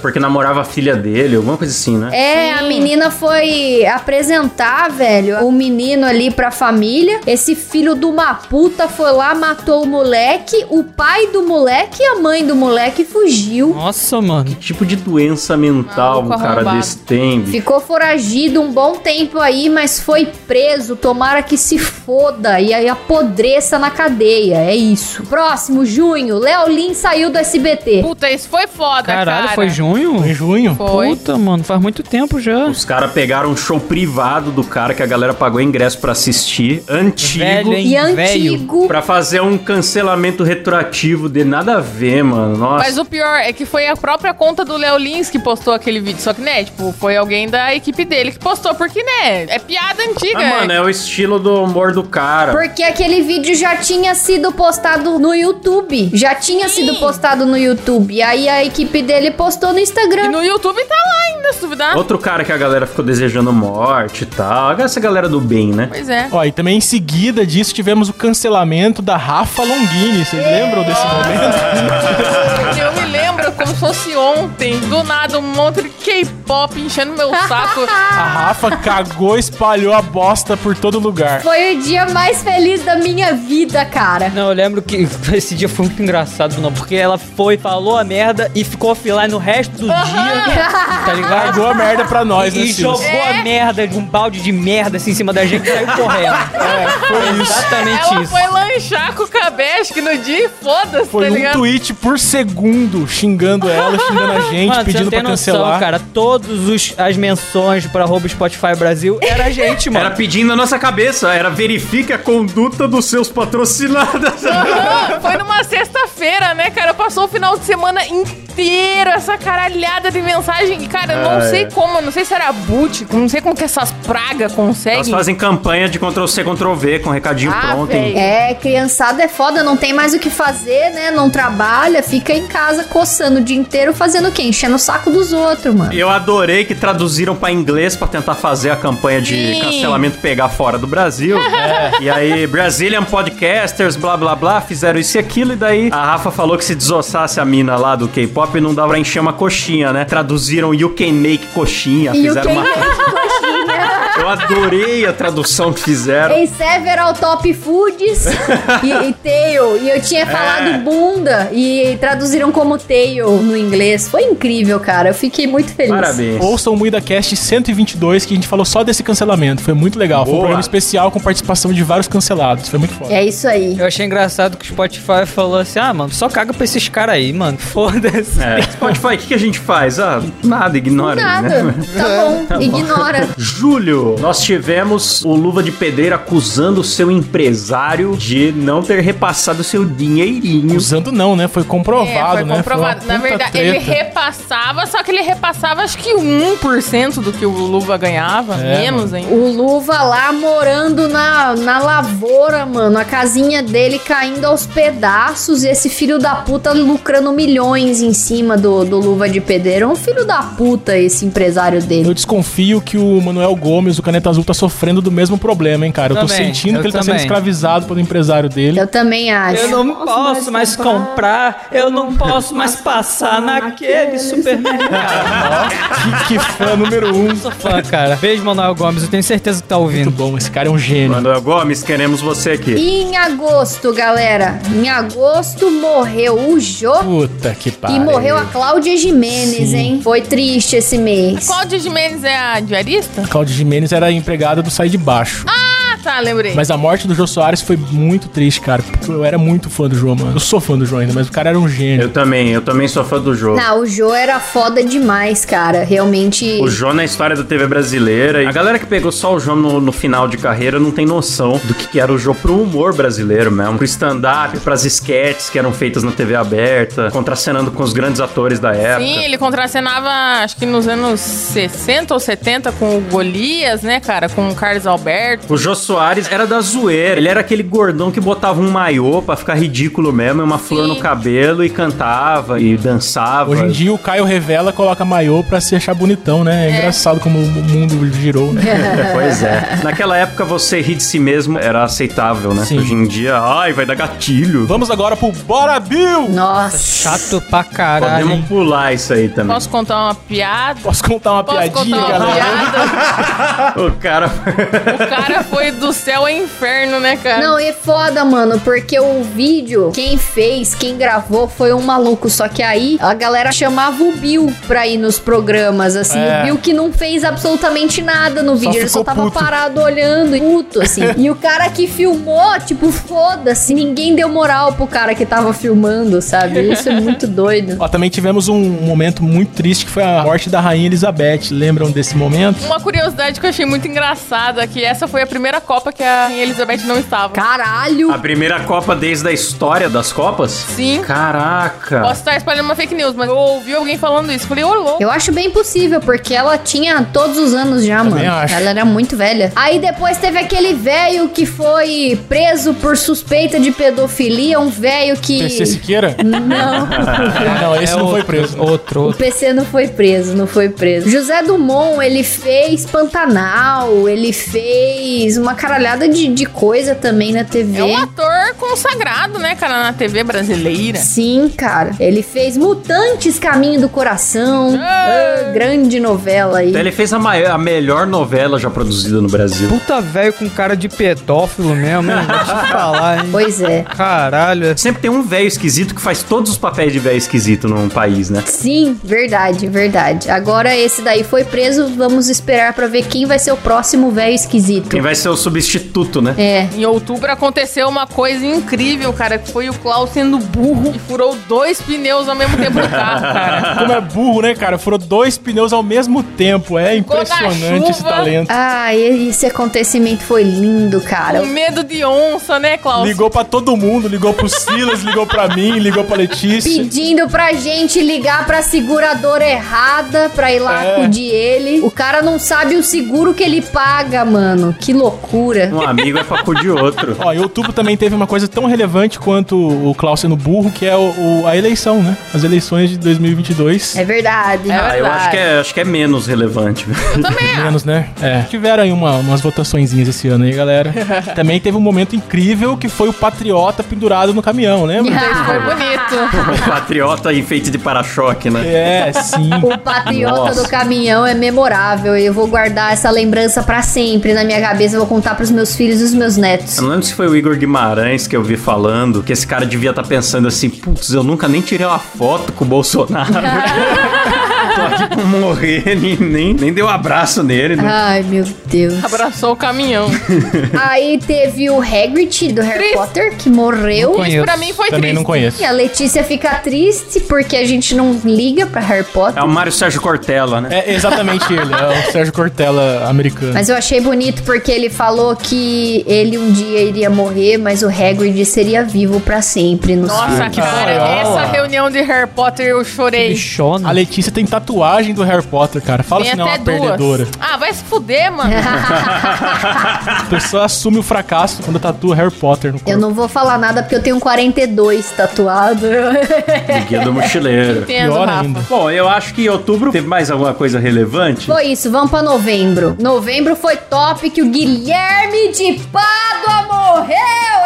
porque namorava a filha dele, alguma coisa assim, né? É, a menina foi apresentar, velho, o menino ali pra família. Esse filho de uma puta foi lá, matou o moleque, o pai do moleque e a mãe do moleque fugiu. Nossa, mano. Que tipo de doença mental É. Maluco um cara arrombado. desse tem? bicho? Ficou foragido um bom tempo aí, mas foi preso. Tomara que se foda e aí apodreça na cadeia. É isso. Próximo, junho, Léo Lin saiu do SBT. Puta, isso foi foda, Caralho, cara. foi junho? Em junho? Foi. Puta, mano, faz muito tempo já. Os caras pegaram um show privado do cara que a galera pagou ingresso pra assistir, antigo. Velho, hein? E velho. antigo. Pra fazer um cancelamento retroativo de nada a ver, mano. Nossa. Mas o pior é que foi a própria conta do Léo Lins que postou aquele vídeo. Só que, né, tipo, foi alguém da equipe dele que postou, porque, né, é piada antiga. Ah, mano, é o estilo do humor do cara. Porque aquele vídeo já tinha sido postado no YouTube. Já tinha sido postado no YouTube. E aí a equipe dele postou no E Instagram. no YouTube tá lá ainda, se duvidar. Outro cara que a galera ficou desejando morte e tal. Essa galera do bem, né? Pois é. Ó, e também em seguida disso tivemos o cancelamento da Rafa Longini. Vocês lembram desse momento? Eu me lembro como se fosse ontem. Do nada, um monte de K-pop enchendo meu saco. A Rafa cagou, espalhou a bosta por todo lugar. Foi o dia mais feliz da minha vida, cara. Não, eu lembro que esse dia foi muito engraçado, não, porque ela foi, falou a merda e ficou offline no resto do dia, tá ligado? Cagou a merda pra nós, né, E Silas? jogou É. a merda de um balde de merda assim em cima da gente e saiu correndo. É, foi exatamente Ela isso. foi lanchar com o Cabesque no dia e foda-se, tá Foi um ligado? tweet por segundo xingando ela, xingando a gente, Mano, você pedindo não pra tem noção, cancelar. cara. Todas as menções pra roubo Spotify Brasil era a gente, mano. Era pedindo a nossa cabeça, era verifique a conduta dos seus patrocinados. Aham, Foi numa sexta-feira, né, cara? Passou o final de semana inteiro essa caralhada de mensagem. E, cara, eu não Ah, sei é. como, não sei se era boot, não sei como que essas pragas Elas conseguem. fazem campanha de Ctrl-C, Ctrl-V com recadinho Ah, pronto. véi. hein? É, criançada é foda, não tem mais o que fazer, né? Não trabalha, fica em casa coçando o dia inteiro fazendo o quê? Enchendo o saco dos outros, mano. Eu adorei que traduziram pra inglês pra tentar fazer a campanha de Sim. cancelamento pegar fora do Brasil. E aí, Brazilian podcasters, blá blá blá, fizeram isso e aquilo. E daí a Rafa falou que se desossasse a mina lá do K-pop, não dava pra encher uma coxinha, né? Traduziram You Can Make Coxinha. E o fizeram quem uma. coxinha? Eu adorei a tradução que fizeram. Em several top foods e, e tail. E eu É. tinha falado bunda e traduziram como tail no inglês. Foi incrível, cara. Eu fiquei muito feliz. Parabéns. Ouçam o MuidaCast 122, que a gente falou só desse cancelamento. Foi muito legal. Foi um Boa. programa especial com participação de vários cancelados. Foi muito foda. É isso aí. Eu achei engraçado que o Spotify falou assim: ah, mano, só caga pra esses caras aí, mano. Foda-se. É. Spotify, o que, que a gente faz? Ah, nada, ignora. Nada. Né? Tá bom, ignora. Julho, Nós tivemos o Luva de Pedreiro acusando o seu empresário de não ter repassado seu dinheirinho. Usando não, né? Foi comprovado, é, foi né? Foi uma comprovado. Na puta verdade, treta. ele repassava, só que ele repassava acho que 1% do que o Luva ganhava, É, menos ainda. O Luva lá morando na, na lavoura, mano. A casinha dele caindo aos pedaços e esse filho da puta lucrando milhões em cima do, do Luva de Pedreiro. É um filho da puta esse empresário dele. Eu desconfio que o Manuel Gomes, o Caneta Azul, tá sofrendo do mesmo problema, hein, cara? Eu tô Também, sentindo eu que ele tá sendo também. escravizado pelo empresário dele. Eu também acho. Eu não posso mais comprar, eu não posso mais passar naquele supermercado. Que, que fã número um. Sou fã, cara. Beijo, Manuel Gomes. Eu tenho certeza que tá Muito ouvindo. bom, esse cara é um gênio. Manuel Gomes, queremos você aqui. E em agosto, galera, em agosto morreu o Hum, Jô Puta que pariu. e morreu a Cláudia Jimenez, Sim. hein? Foi triste esse mês. Cláudia Jimenez é a diarista? Cláudio Jimenez era a empregada do Sai de Baixo. Ah, tá, lembrei. Mas a morte do Jô Soares foi muito triste, cara. Porque eu era muito fã do Jô, mano. Eu sou fã do Jô ainda, mas o cara era um Eu gênio. também, eu também sou fã do jogo. Não, o Jô era foda demais, cara. Realmente. O João na história da TV brasileira. E A galera que pegou só o João no, no final de carreira não tem noção do que, que era o João pro humor brasileiro mesmo. Pro stand-up, pras esquetes que eram feitas na TV aberta, contracenando com os grandes atores da época. Sim, ele contracenava, acho que nos anos 60 ou 70 com o Golias, né, cara? Com o Carlos Alberto. O Jô Soares era da zoeira. Ele era aquele gordão que botava um maiô pra ficar ridículo mesmo, e uma flor Sim. no cabelo e cantava e dançava. Hoje em dia o Caio Revela coloca maiô pra se achar bonitão, né? É engraçado como o mundo girou, né? pois é. Naquela época você rir de si mesmo era aceitável, né? Sim. Hoje em dia, ai, vai dar gatilho. Vamos agora pro Bora Bill! Nossa. Chato pra caralho. Podemos hein? pular isso aí também. Posso contar uma piada? Posso contar uma Posso piadinha, contar uma galera? piada? O cara. O cara foi do céu ao inferno, né, cara? Não, é foda, mano, porque o vídeo, quem fez, quem gravou foi um maluco. Só que aí a galera chamava o Bill pra ir nos programas, assim. É. O Bill que não fez absolutamente nada no vídeo, ele só ficou tava puto. parado olhando, puto, assim. e o cara que filmou, tipo, foda-se, ninguém deu moral pro cara que tava filmando, sabe? Isso é muito doido. Ó, também tivemos um momento muito triste que foi a morte da rainha Elizabeth. Lembram desse momento? Uma curiosidade que eu achei muito engraçada, que essa foi a primeira Copa que a Rainha Elizabeth não estava. Caralho! A primeira Copa desde a história das Copas? Sim. Caraca. Posso estar espalhando uma fake news, mas eu ouvi alguém falando isso. Falei, ô louco. Eu acho bem possível, porque ela tinha todos os anos já, Também mano. acho. Ela era muito velha. Aí depois teve aquele velho que foi preso por suspeita de pedofilia, um velho que. PC Siqueira? Não. Ah, não, esse É não foi outro, preso. Outro, O outro. PC não foi preso, não foi preso. José Dumont, ele fez Pantanal, ele fez uma caralhada de, de coisa também na TV. É um ator consagrado, né, cara, na TV brasileira. Sim, cara. Ele fez Mutantes Caminho do Coração. É. Ah, grande novela aí. Então ele fez a, mai- a melhor novela já produzida no Brasil. Puta velho com cara de pedófilo mesmo, hein? Vou te falar, hein? Pois é. Caralho. Sempre tem um velho esquisito que faz todos os papéis de velho esquisito num país, né? Sim, verdade, verdade. Agora esse daí foi preso, vamos esperar pra ver quem vai ser o próximo velho esquisito. Quem vai ser o substituto, né? É. Em outubro aconteceu uma coisa incrível, cara, que foi o Klaus sendo burro e furou dois pneus ao mesmo tempo do carro, cara. Como é burro, né, cara? Furou dois pneus ao mesmo tempo. É impressionante esse chuva. talento. Ah, esse acontecimento foi lindo, Com cara. medo de onça, né, Klaus? Ligou pra todo mundo, ligou pro Silas, ligou pra mim, ligou pra Letícia. Pedindo pra gente ligar pra seguradora errada pra ir lá É. acudir ele. O cara não sabe o seguro que ele paga, mano. Que loucura. Um amigo é papo de outro. Ó, em outubro também teve uma coisa tão relevante quanto o Klaus sendo burro, que é o, o- a eleição, né? As eleições de 2022. É verdade. É. Ah, eu acho que, é, acho que é menos relevante. Eu também acho. Menos, né? É. Tiveram aí uma- umas votaçõezinhas esse ano aí, galera. Também teve um momento incrível que foi o Patriota pendurado no caminhão, lembra? Foi Ah, bonito. O Um Patriota enfeite de para-choque, né? é, sim. O patriota Nossa. do caminhão é memorável. Eu vou guardar essa lembrança pra sempre na minha cabeça. Eu vou contar pros meus filhos e os meus netos. Eu não lembro se foi o Igor Guimarães que eu vi falando que esse cara tá devia estar pensando assim: putz, eu nunca nem tirei uma foto com o Bolsonaro. Só que morrer, nem, nem, nem deu abraço nele, né? Ai, meu Deus. Abraçou o caminhão. Aí teve o Hagrid do Harry Triste. Potter, que morreu. Isso pra mim foi Também triste. não conheço. E a Letícia fica triste porque a gente não liga pra Harry Potter. É o Mário Sérgio Cortella, né? É exatamente ele, é o Sérgio Cortella americano. Mas eu achei bonito porque ele falou que ele um dia iria morrer, mas o Hagrid seria vivo pra sempre nos Nossa, filmes. cara, essa reunião de Harry Potter eu chorei. A Bichona. Letícia tem tatuagem do Harry Potter, cara. Fala Tem se não é até uma duas. perdedora. Ah, vai se fuder, mano. A pessoa assume o fracasso quando tatua Harry Potter no corpo. Eu não vou falar nada porque eu tenho 42 tatuado. O Guia do Mochileiro. Entendo, Pior Rafa. ainda. Bom, eu acho que em outubro teve mais alguma coisa relevante. Foi isso, vamos pra novembro. Novembro foi top que o Guilherme de Pádua morreu!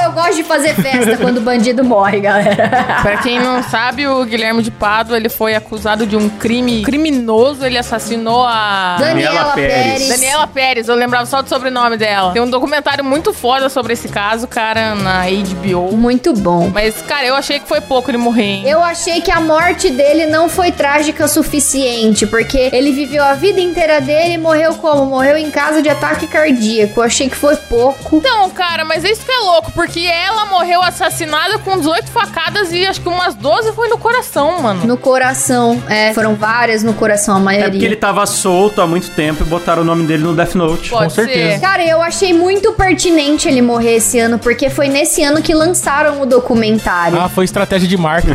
Eu gosto de fazer festa quando o bandido morre, galera. Pra quem não sabe, o Guilherme de Pado, ele foi acusado de um crime criminoso. Ele assassinou a... Daniela Pérez. Pérez. Daniela Pérez, eu lembrava só do sobrenome dela. Tem um documentário muito foda sobre esse caso, cara, na HBO. Muito bom. Mas, cara, eu achei que foi pouco ele morrer, hein? Eu achei que a morte dele não foi trágica o suficiente, porque ele viveu a vida inteira dele e morreu como? Morreu em casa de ataque cardíaco. Eu achei que foi pouco. Então, cara, mas isso que é louco, porque ela morreu assassinada com 18 facadas e acho que umas 12 foi no coração, mano. No coração, é, foram várias no coração, a É porque maioria. ele tava solto há muito tempo e botaram o nome dele no Death Note. Pode certeza. ser. Cara, eu achei muito pertinente ele morrer esse ano, porque foi nesse ano que lançaram o documentário. Ah, foi estratégia de marketing.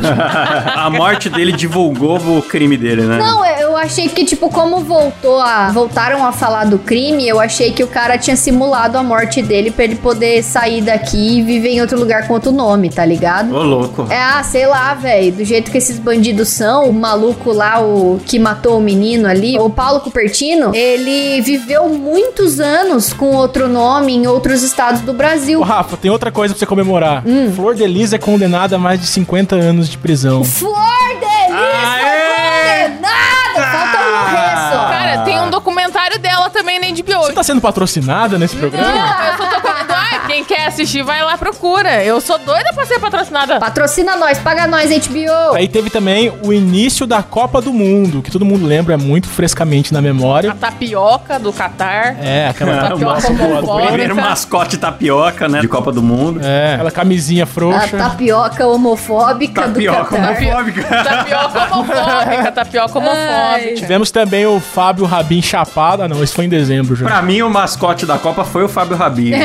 a morte dele divulgou o crime dele, né? Não, eu eu achei que, tipo, como voltou a. Voltaram a falar do crime, eu achei que o cara tinha simulado a morte dele pra ele poder sair daqui e viver em outro lugar com outro nome, tá ligado? Ô, louco. É, ah, sei lá, velho. Do jeito que esses bandidos são, o maluco lá, o que matou o menino ali, o Paulo Cupertino, ele viveu muitos anos com outro nome em outros estados do Brasil. Ô, Rafa, tem outra coisa pra você comemorar. Hum. Flor de Lis é condenada a mais de 50 anos de prisão. Flor delícia condenada! Falta morrer só. Cara, tem um documentário dela também na Ah. Você HBO. tá sendo patrocinada nesse programa? Não, eu sou documentário. Ah, quem quer assistir, vai lá, procura. Eu sou doida pra ser patrocinada. Patrocina nós, paga nós, HBO. Aí teve também o início da Copa do Mundo, que todo mundo lembra muito frescamente na memória. A tapioca do Catar. É, aquela Tapioca Primeiro homofóbica. mascote tapioca, né? De Copa do Mundo. É, aquela camisinha A frouxa. tapioca homofóbica do Tapioca Catar. homofóbica. Tapioca homofóbica. Tapioca homofóbica. Tivemos também o Fábio Rabin chapado. Ah, não, isso foi em dezembro já. Pra mim, o mascote da Copa foi o Fábio Rabinho.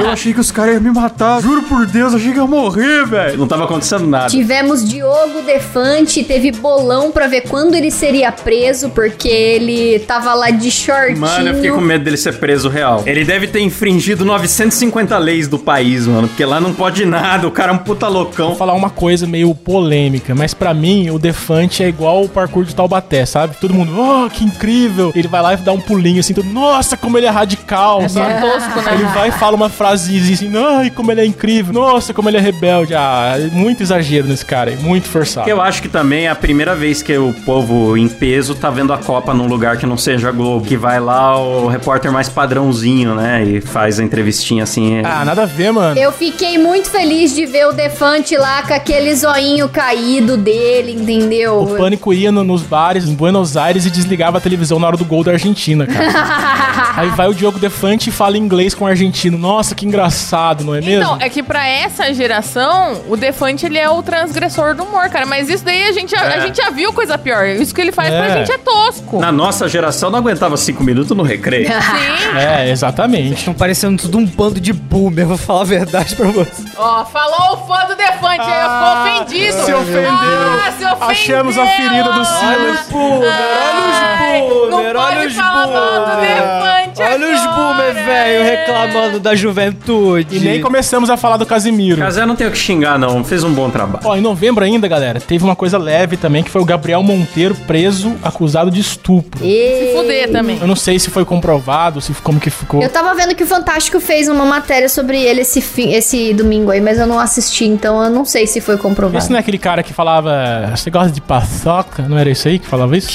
eu achei que os caras iam me matar. Juro por Deus, achei que ia morrer, velho. Não tava acontecendo nada. Tivemos Diogo Defante, teve bolão pra ver quando ele seria preso, porque ele tava lá de shortinho. Mano, eu fiquei com medo dele ser preso real. Ele deve ter infringido 950 leis do país, mano. Porque lá não pode nada. O cara é um puta loucão. Vou falar uma coisa meio polêmica, mas pra mim o Defante é igual o parkour de Taubaté, sabe? Todo mundo, oh, que incrível! Ele vai lá e dá um pulinho assim, todo, nossa, como ele é radical, sabe? tosco, né? Ele vai e fala uma frasezinha assim, ai, como ele é incrível, nossa, como ele é rebelde. Ah, é muito exagero nesse cara, é muito forçado. Porque eu acho que também é a primeira vez que o povo em peso tá vendo a Copa num lugar que não seja a Globo. Que vai lá o repórter mais padrãozinho, né? E faz a entrevistinha assim. Ah, nada a ver, mano. Eu fiquei muito feliz de ver o Defante lá com aquele zoinho caído dele, entendeu? O pânico ia no- nos bares em Buenos Aires e desligava a televisão na hora do gol da Argentina, cara. Aí vai o Diogo Defante e fala inglês com o argentino. Nossa, que engraçado, não é mesmo? Então, é que pra essa geração, o Defante ele é o transgressor do humor, cara. Mas isso daí a gente, já- a gente já viu coisa pior. Isso que ele faz pra É. gente é tosco. Na nossa geração não aguentava cinco minutos no recreio. Sim. É, exatamente. Estão parecendo tudo um bando de boomer, vou falar a verdade pra você. Ó, falou o fã do Defante, Ah, aí eu ficou ofendido. se ofendeu. Ah, se ofendeu. Achamos a ferida do Silas. Ah, Ai, não pode falar mal do Defante Olha os agora. né? boomer, velho, reclamando da juventude. E nem começamos a falar do Casimiro. Casé não tem o que xingar, não. Fez um bom trabalho. Ó, em novembro ainda, galera, teve uma coisa leve também, que foi o Gabriel Monteiro preso, acusado de estupro. E... Se fuder também. Eu não sei se foi comprovado, se como que ficou. Eu tava vendo que o Fantástico fez uma matéria sobre ele esse, fim- esse domingo aí, mas eu não assisti, então eu não sei se foi comprovado. Esse não é aquele cara que falava, você gosta de paçoca? Não era isso aí que falava isso?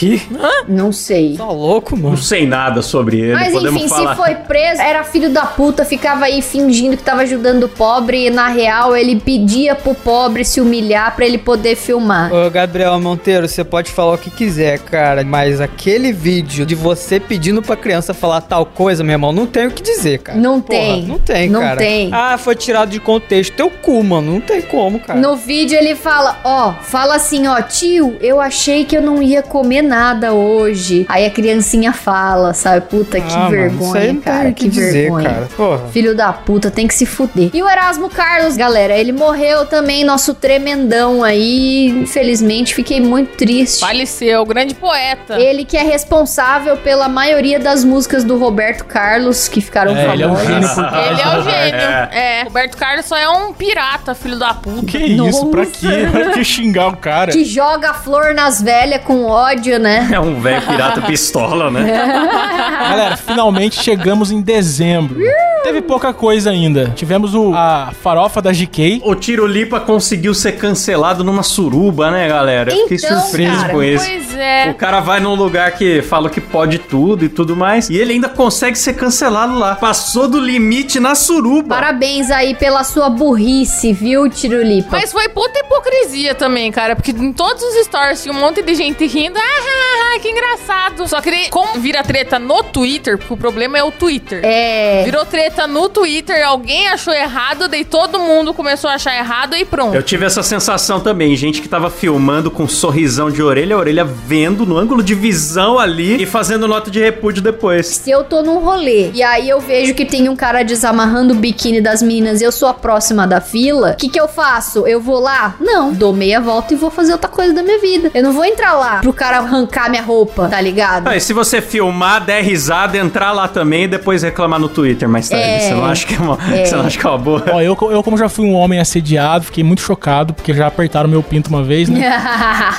Não sei. Tá louco, Não mano. sei nada sobre ele. Mas Podemos podemos enfim, falar. se foi preso, era filho da puta, ficava aí fingindo que tava ajudando o pobre e na real ele pedia pro pobre se humilhar pra ele poder filmar. Ô, Gabriel Monteiro, você pode falar o que quiser, cara, mas aquele vídeo de você pedindo pra criança falar tal coisa, meu irmão, não tem o que dizer, cara. Não Porra, tem. Não tem, Não cara. tem. Ah, foi tirado de contexto. Teu cu, mano. Não tem como, cara. No vídeo ele fala, ó, fala assim, ó, tio, eu achei que eu não ia comer nada hoje. Aí a criancinha fala, sabe? Puta, que Ah, mano, isso aí vergonha, não tem cara, o que, vergonha. Cara. Porra. Filho da puta, tem que se fuder. E o Erasmo Carlos, galera, ele morreu também, nosso tremendão aí. Infelizmente, fiquei muito triste. Faleceu, grande poeta. Ele que é responsável pela maioria das músicas do Roberto Carlos, que ficaram É, ele é um famosas. gênio por Ele trás. é o gênio. É. Roberto Carlos só é um pirata, filho da puta. Que isso? Pra quê? Pra que xingar o cara? Que joga flor nas velhas com ódio, né? É um velho pirata pistola, É. né? Galera, finalmente chegamos em dezembro. Teve pouca coisa ainda. Tivemos o, a farofa da GK. O Tirolipa conseguiu ser cancelado numa suruba, né, galera? Eu fiquei Então, surpreso cara, com isso. Pois é. O cara vai num lugar que fala que pode tudo e tudo mais, e ele ainda consegue ser cancelado lá. Passou do limite na suruba. Parabéns aí pela sua burrice, viu, Tirulipa? Mas foi puta hipocrisia também, cara. Porque em todos os stories tinha um monte de gente rindo. Ah, ah, ah, que engraçado. Só que ele, como vira treta no Twitter, porque o problema é o Twitter. É. Virou treta no Twitter, alguém achou errado, daí todo mundo começou a achar errado e pronto. Eu tive essa sensação também, gente que tava filmando com um sorrisão de orelha a orelha, vendo no ângulo de visão ali e fazendo nota de repúdio depois. Se eu tô num rolê e aí eu vejo que tem um cara desamarrando o biquíni das meninas e eu sou a próxima da fila, o que, que eu faço? Eu vou lá? Não, dou meia volta e vou fazer outra coisa da minha vida. Eu não vou entrar lá pro cara arrancar minha roupa, tá ligado? Ah, e se você filmar, der risada, entrar lá também e depois reclamar no Twitter mais tarde, É. você não acha que é uma, você não acha que é uma boa? Ó, eu, co- eu, como já fui um homem assediado, fiquei muito chocado, porque já apertaram meu pinto uma vez, né?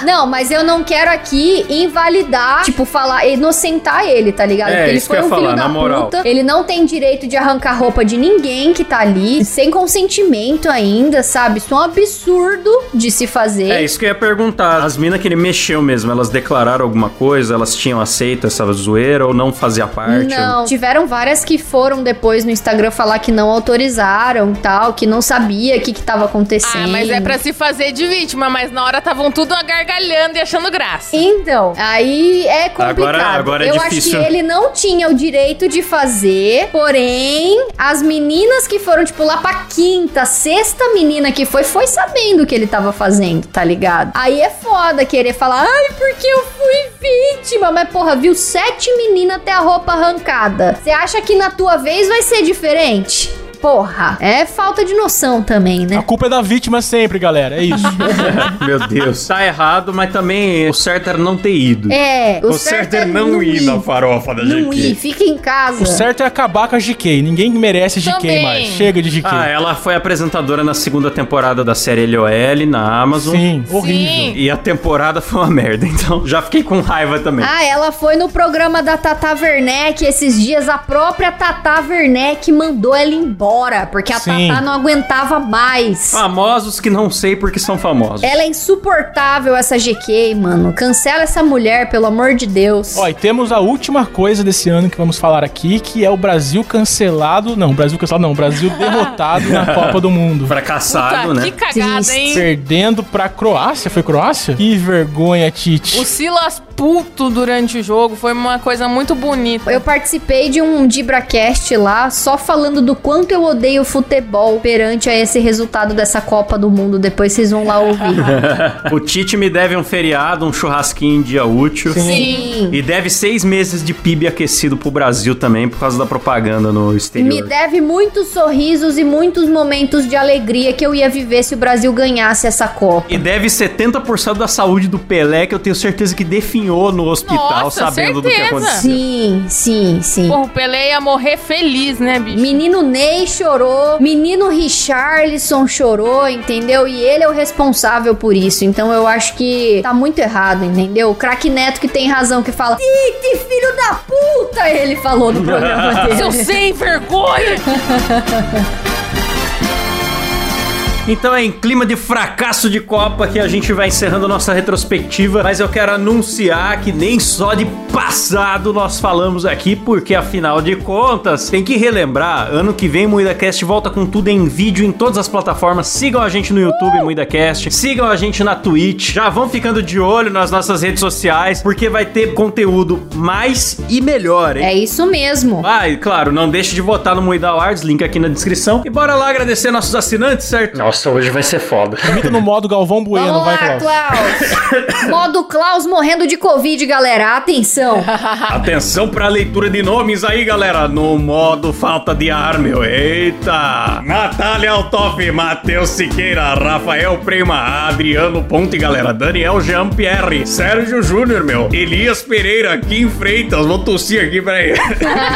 não, mas eu não quero aqui invalidar, tipo, falar, inocentar ele, tá ligado? É, Porque ele isso que foi eu um ia falar, filho da na moral. puta, ele não tem direito de arrancar roupa de ninguém que tá ali, sem consentimento ainda, sabe? Isso é um absurdo de se fazer. É isso que eu ia perguntar. As minas que ele mexeu mesmo, elas declararam alguma coisa? Elas tinham aceito essa zoeira ou não fazia parte? Não, tiveram várias que foram depois no Instagram falar que não autorizaram tal, que não sabia o que, que tava acontecendo. Ah, mas é pra se fazer de vítima, mas na hora estavam tudo gargalhando e achando graça. Então, aí é complicado. Agora- agora é Eu difícil. acho que ele não tinha o direito de fazer, porém, as meninas que foram, tipo, lá pra quinta, sexta menina que foi, foi sabendo o que ele tava fazendo, tá ligado? Aí é foda querer falar, ai, porque eu fui vítima. Mas, porra, viu sete meninas ter a roupa arrancada. Você acha que na tua vez vai ser diferente? Porra, é falta de noção também, né? A culpa é da vítima sempre, galera. É isso. Meu Deus. Tá errado, mas também o certo era não ter ido. É, o, farofa da Não ir, fica em casa. o certo é acabar com a GK. Ninguém merece GK Também. mais. Chega de GK. Ah, ela foi apresentadora na segunda temporada da série LOL na Amazon. Sim, horrível. Sim. E a temporada foi uma merda, então já fiquei com raiva também. Ah, ela foi no programa da Tata Werneck esses dias. A própria Tata Werneck mandou ela embora, porque a Sim. Tata não aguentava mais. Ah. Famosos que não sei porque são famosos. Ela é insuportável, essa GK, mano. Cancela essa mulher, pelo amor de Deus. Ó, e temos a última coisa desse ano que vamos falar aqui, que é o Brasil cancelado. Não, Brasil cancelado não, Brasil derrotado na Copa do Mundo. Fracassado, Puta, né? que cagada, Triste. hein? Perdendo pra Croácia, foi Croácia? Que vergonha, Tite. O Silas puto durante o jogo foi uma coisa muito bonita. Eu participei de um Dibracast lá, só falando do quanto eu odeio futebol perante a esse resultado dessa Copa do Mundo. Depois vocês vão lá ouvir. o Tite me deve um feriado, um churrasquinho em dia útil. Sim. E deve seis meses de PIB aquecido pro Brasil também, por causa da propaganda no Me exterior. deve muitos sorrisos e muitos momentos de alegria que eu ia viver se o Brasil ganhasse essa Copa. E deve 70% da saúde do Pelé, que eu tenho certeza que definhou no hospital, Nossa, sabendo do que certeza. aconteceu. Sim, sim, sim. Porra, o Pelé ia morrer feliz, né, bicho? Menino Ney chorou, menino Richarlison chorou, entendeu? E ele é o responsável por isso. Então eu acho que tá muito errado, entendeu? O craque Neto que tem razão, que fala Tite, filho da puta, ele falou no programa dele. Seu sem vergonha! Então é em clima de fracasso de Copa que a gente vai encerrando nossa retrospectiva, mas eu quero anunciar que nem só de passado nós falamos aqui, porque afinal de contas, tem que relembrar, ano que vem MuidaCast volta com tudo em vídeo em todas as plataformas. Sigam a gente no YouTube, MuidaCast, sigam a gente na Twitch. Já vão ficando de olho nas nossas redes sociais, porque vai ter conteúdo mais e melhor, hein? É isso mesmo. Ah, e claro, não deixe de votar no Moidal Awards, link aqui na descrição. E bora lá agradecer nossos assinantes, certo? Nossa, hoje vai ser foda. Fica no modo Galvão Bueno, Vamos vai, lá, Klaus. Klaus. Modo Klaus morrendo de Covid, galera. Atenção. Atenção pra leitura de nomes aí, galera. No modo falta de ar, meu. Eita! Natália Altoff, Matheus Siqueira, Rafael Prema, Adriano Ponte, galera. Daniel Jean-Pierre, Sérgio Júnior, meu. Elias Pereira, Kim Freitas. Vou tossir aqui, peraí.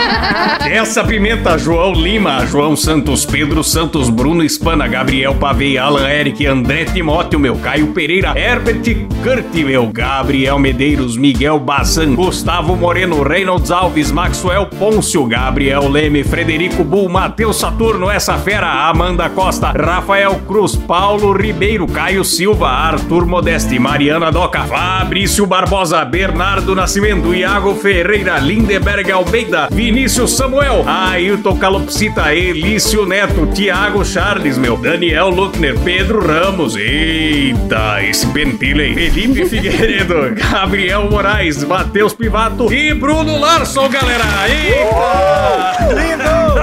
Essa Pimenta, João Lima, João Santos, Pedro Santos, Bruno Espana, Gabriel Pavei, Alan Eric, André Timóteo, meu, Caio Pereira, Herbert Curti, meu, Gabriel Medeiros, Miguel Bassan, Gustavo Moreno, Reynolds Alves, Maxwell Pôncio, Gabriel Leme, Frederico Bull, Matheus Saturno, essa fera, Amanda Costa, Rafael Cruz, Paulo Ribeiro, Caio Silva, Arthur Modeste, Mariana Doca, Fabrício Barbosa, Bernardo Nascimento, Iago Ferreira, Lindeberg Almeida, Vinícius Samuel, Ailton Calopsita, Elício Neto, Tiago Charles, meu, Daniel Luckner, Pedro Ramos, eita, esse pentilho aí, Felipe Figueiredo, Gabriel Moraes, Matheus Pivato e Bruno Larson, galera, eita!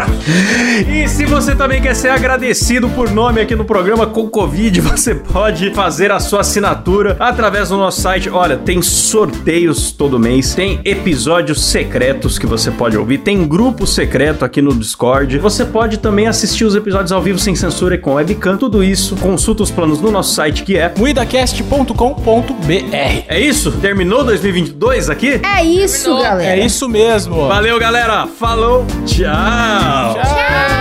E se você também quer ser agradecido por nome aqui no programa com Covid, você pode fazer a sua assinatura através do nosso site. Olha, tem sorteios todo mês, tem episódios secretos que você pode ouvir, tem grupo secreto aqui no Discord. Você pode também assistir os episódios ao vivo sem censura e com webcam. Tudo isso, consulta os planos no nosso site que é. Muidacast.com.br É isso? Terminou 2022 aqui? É isso, Terminou. galera. É isso mesmo. Valeu, galera. Falou. Tchau. Tchau.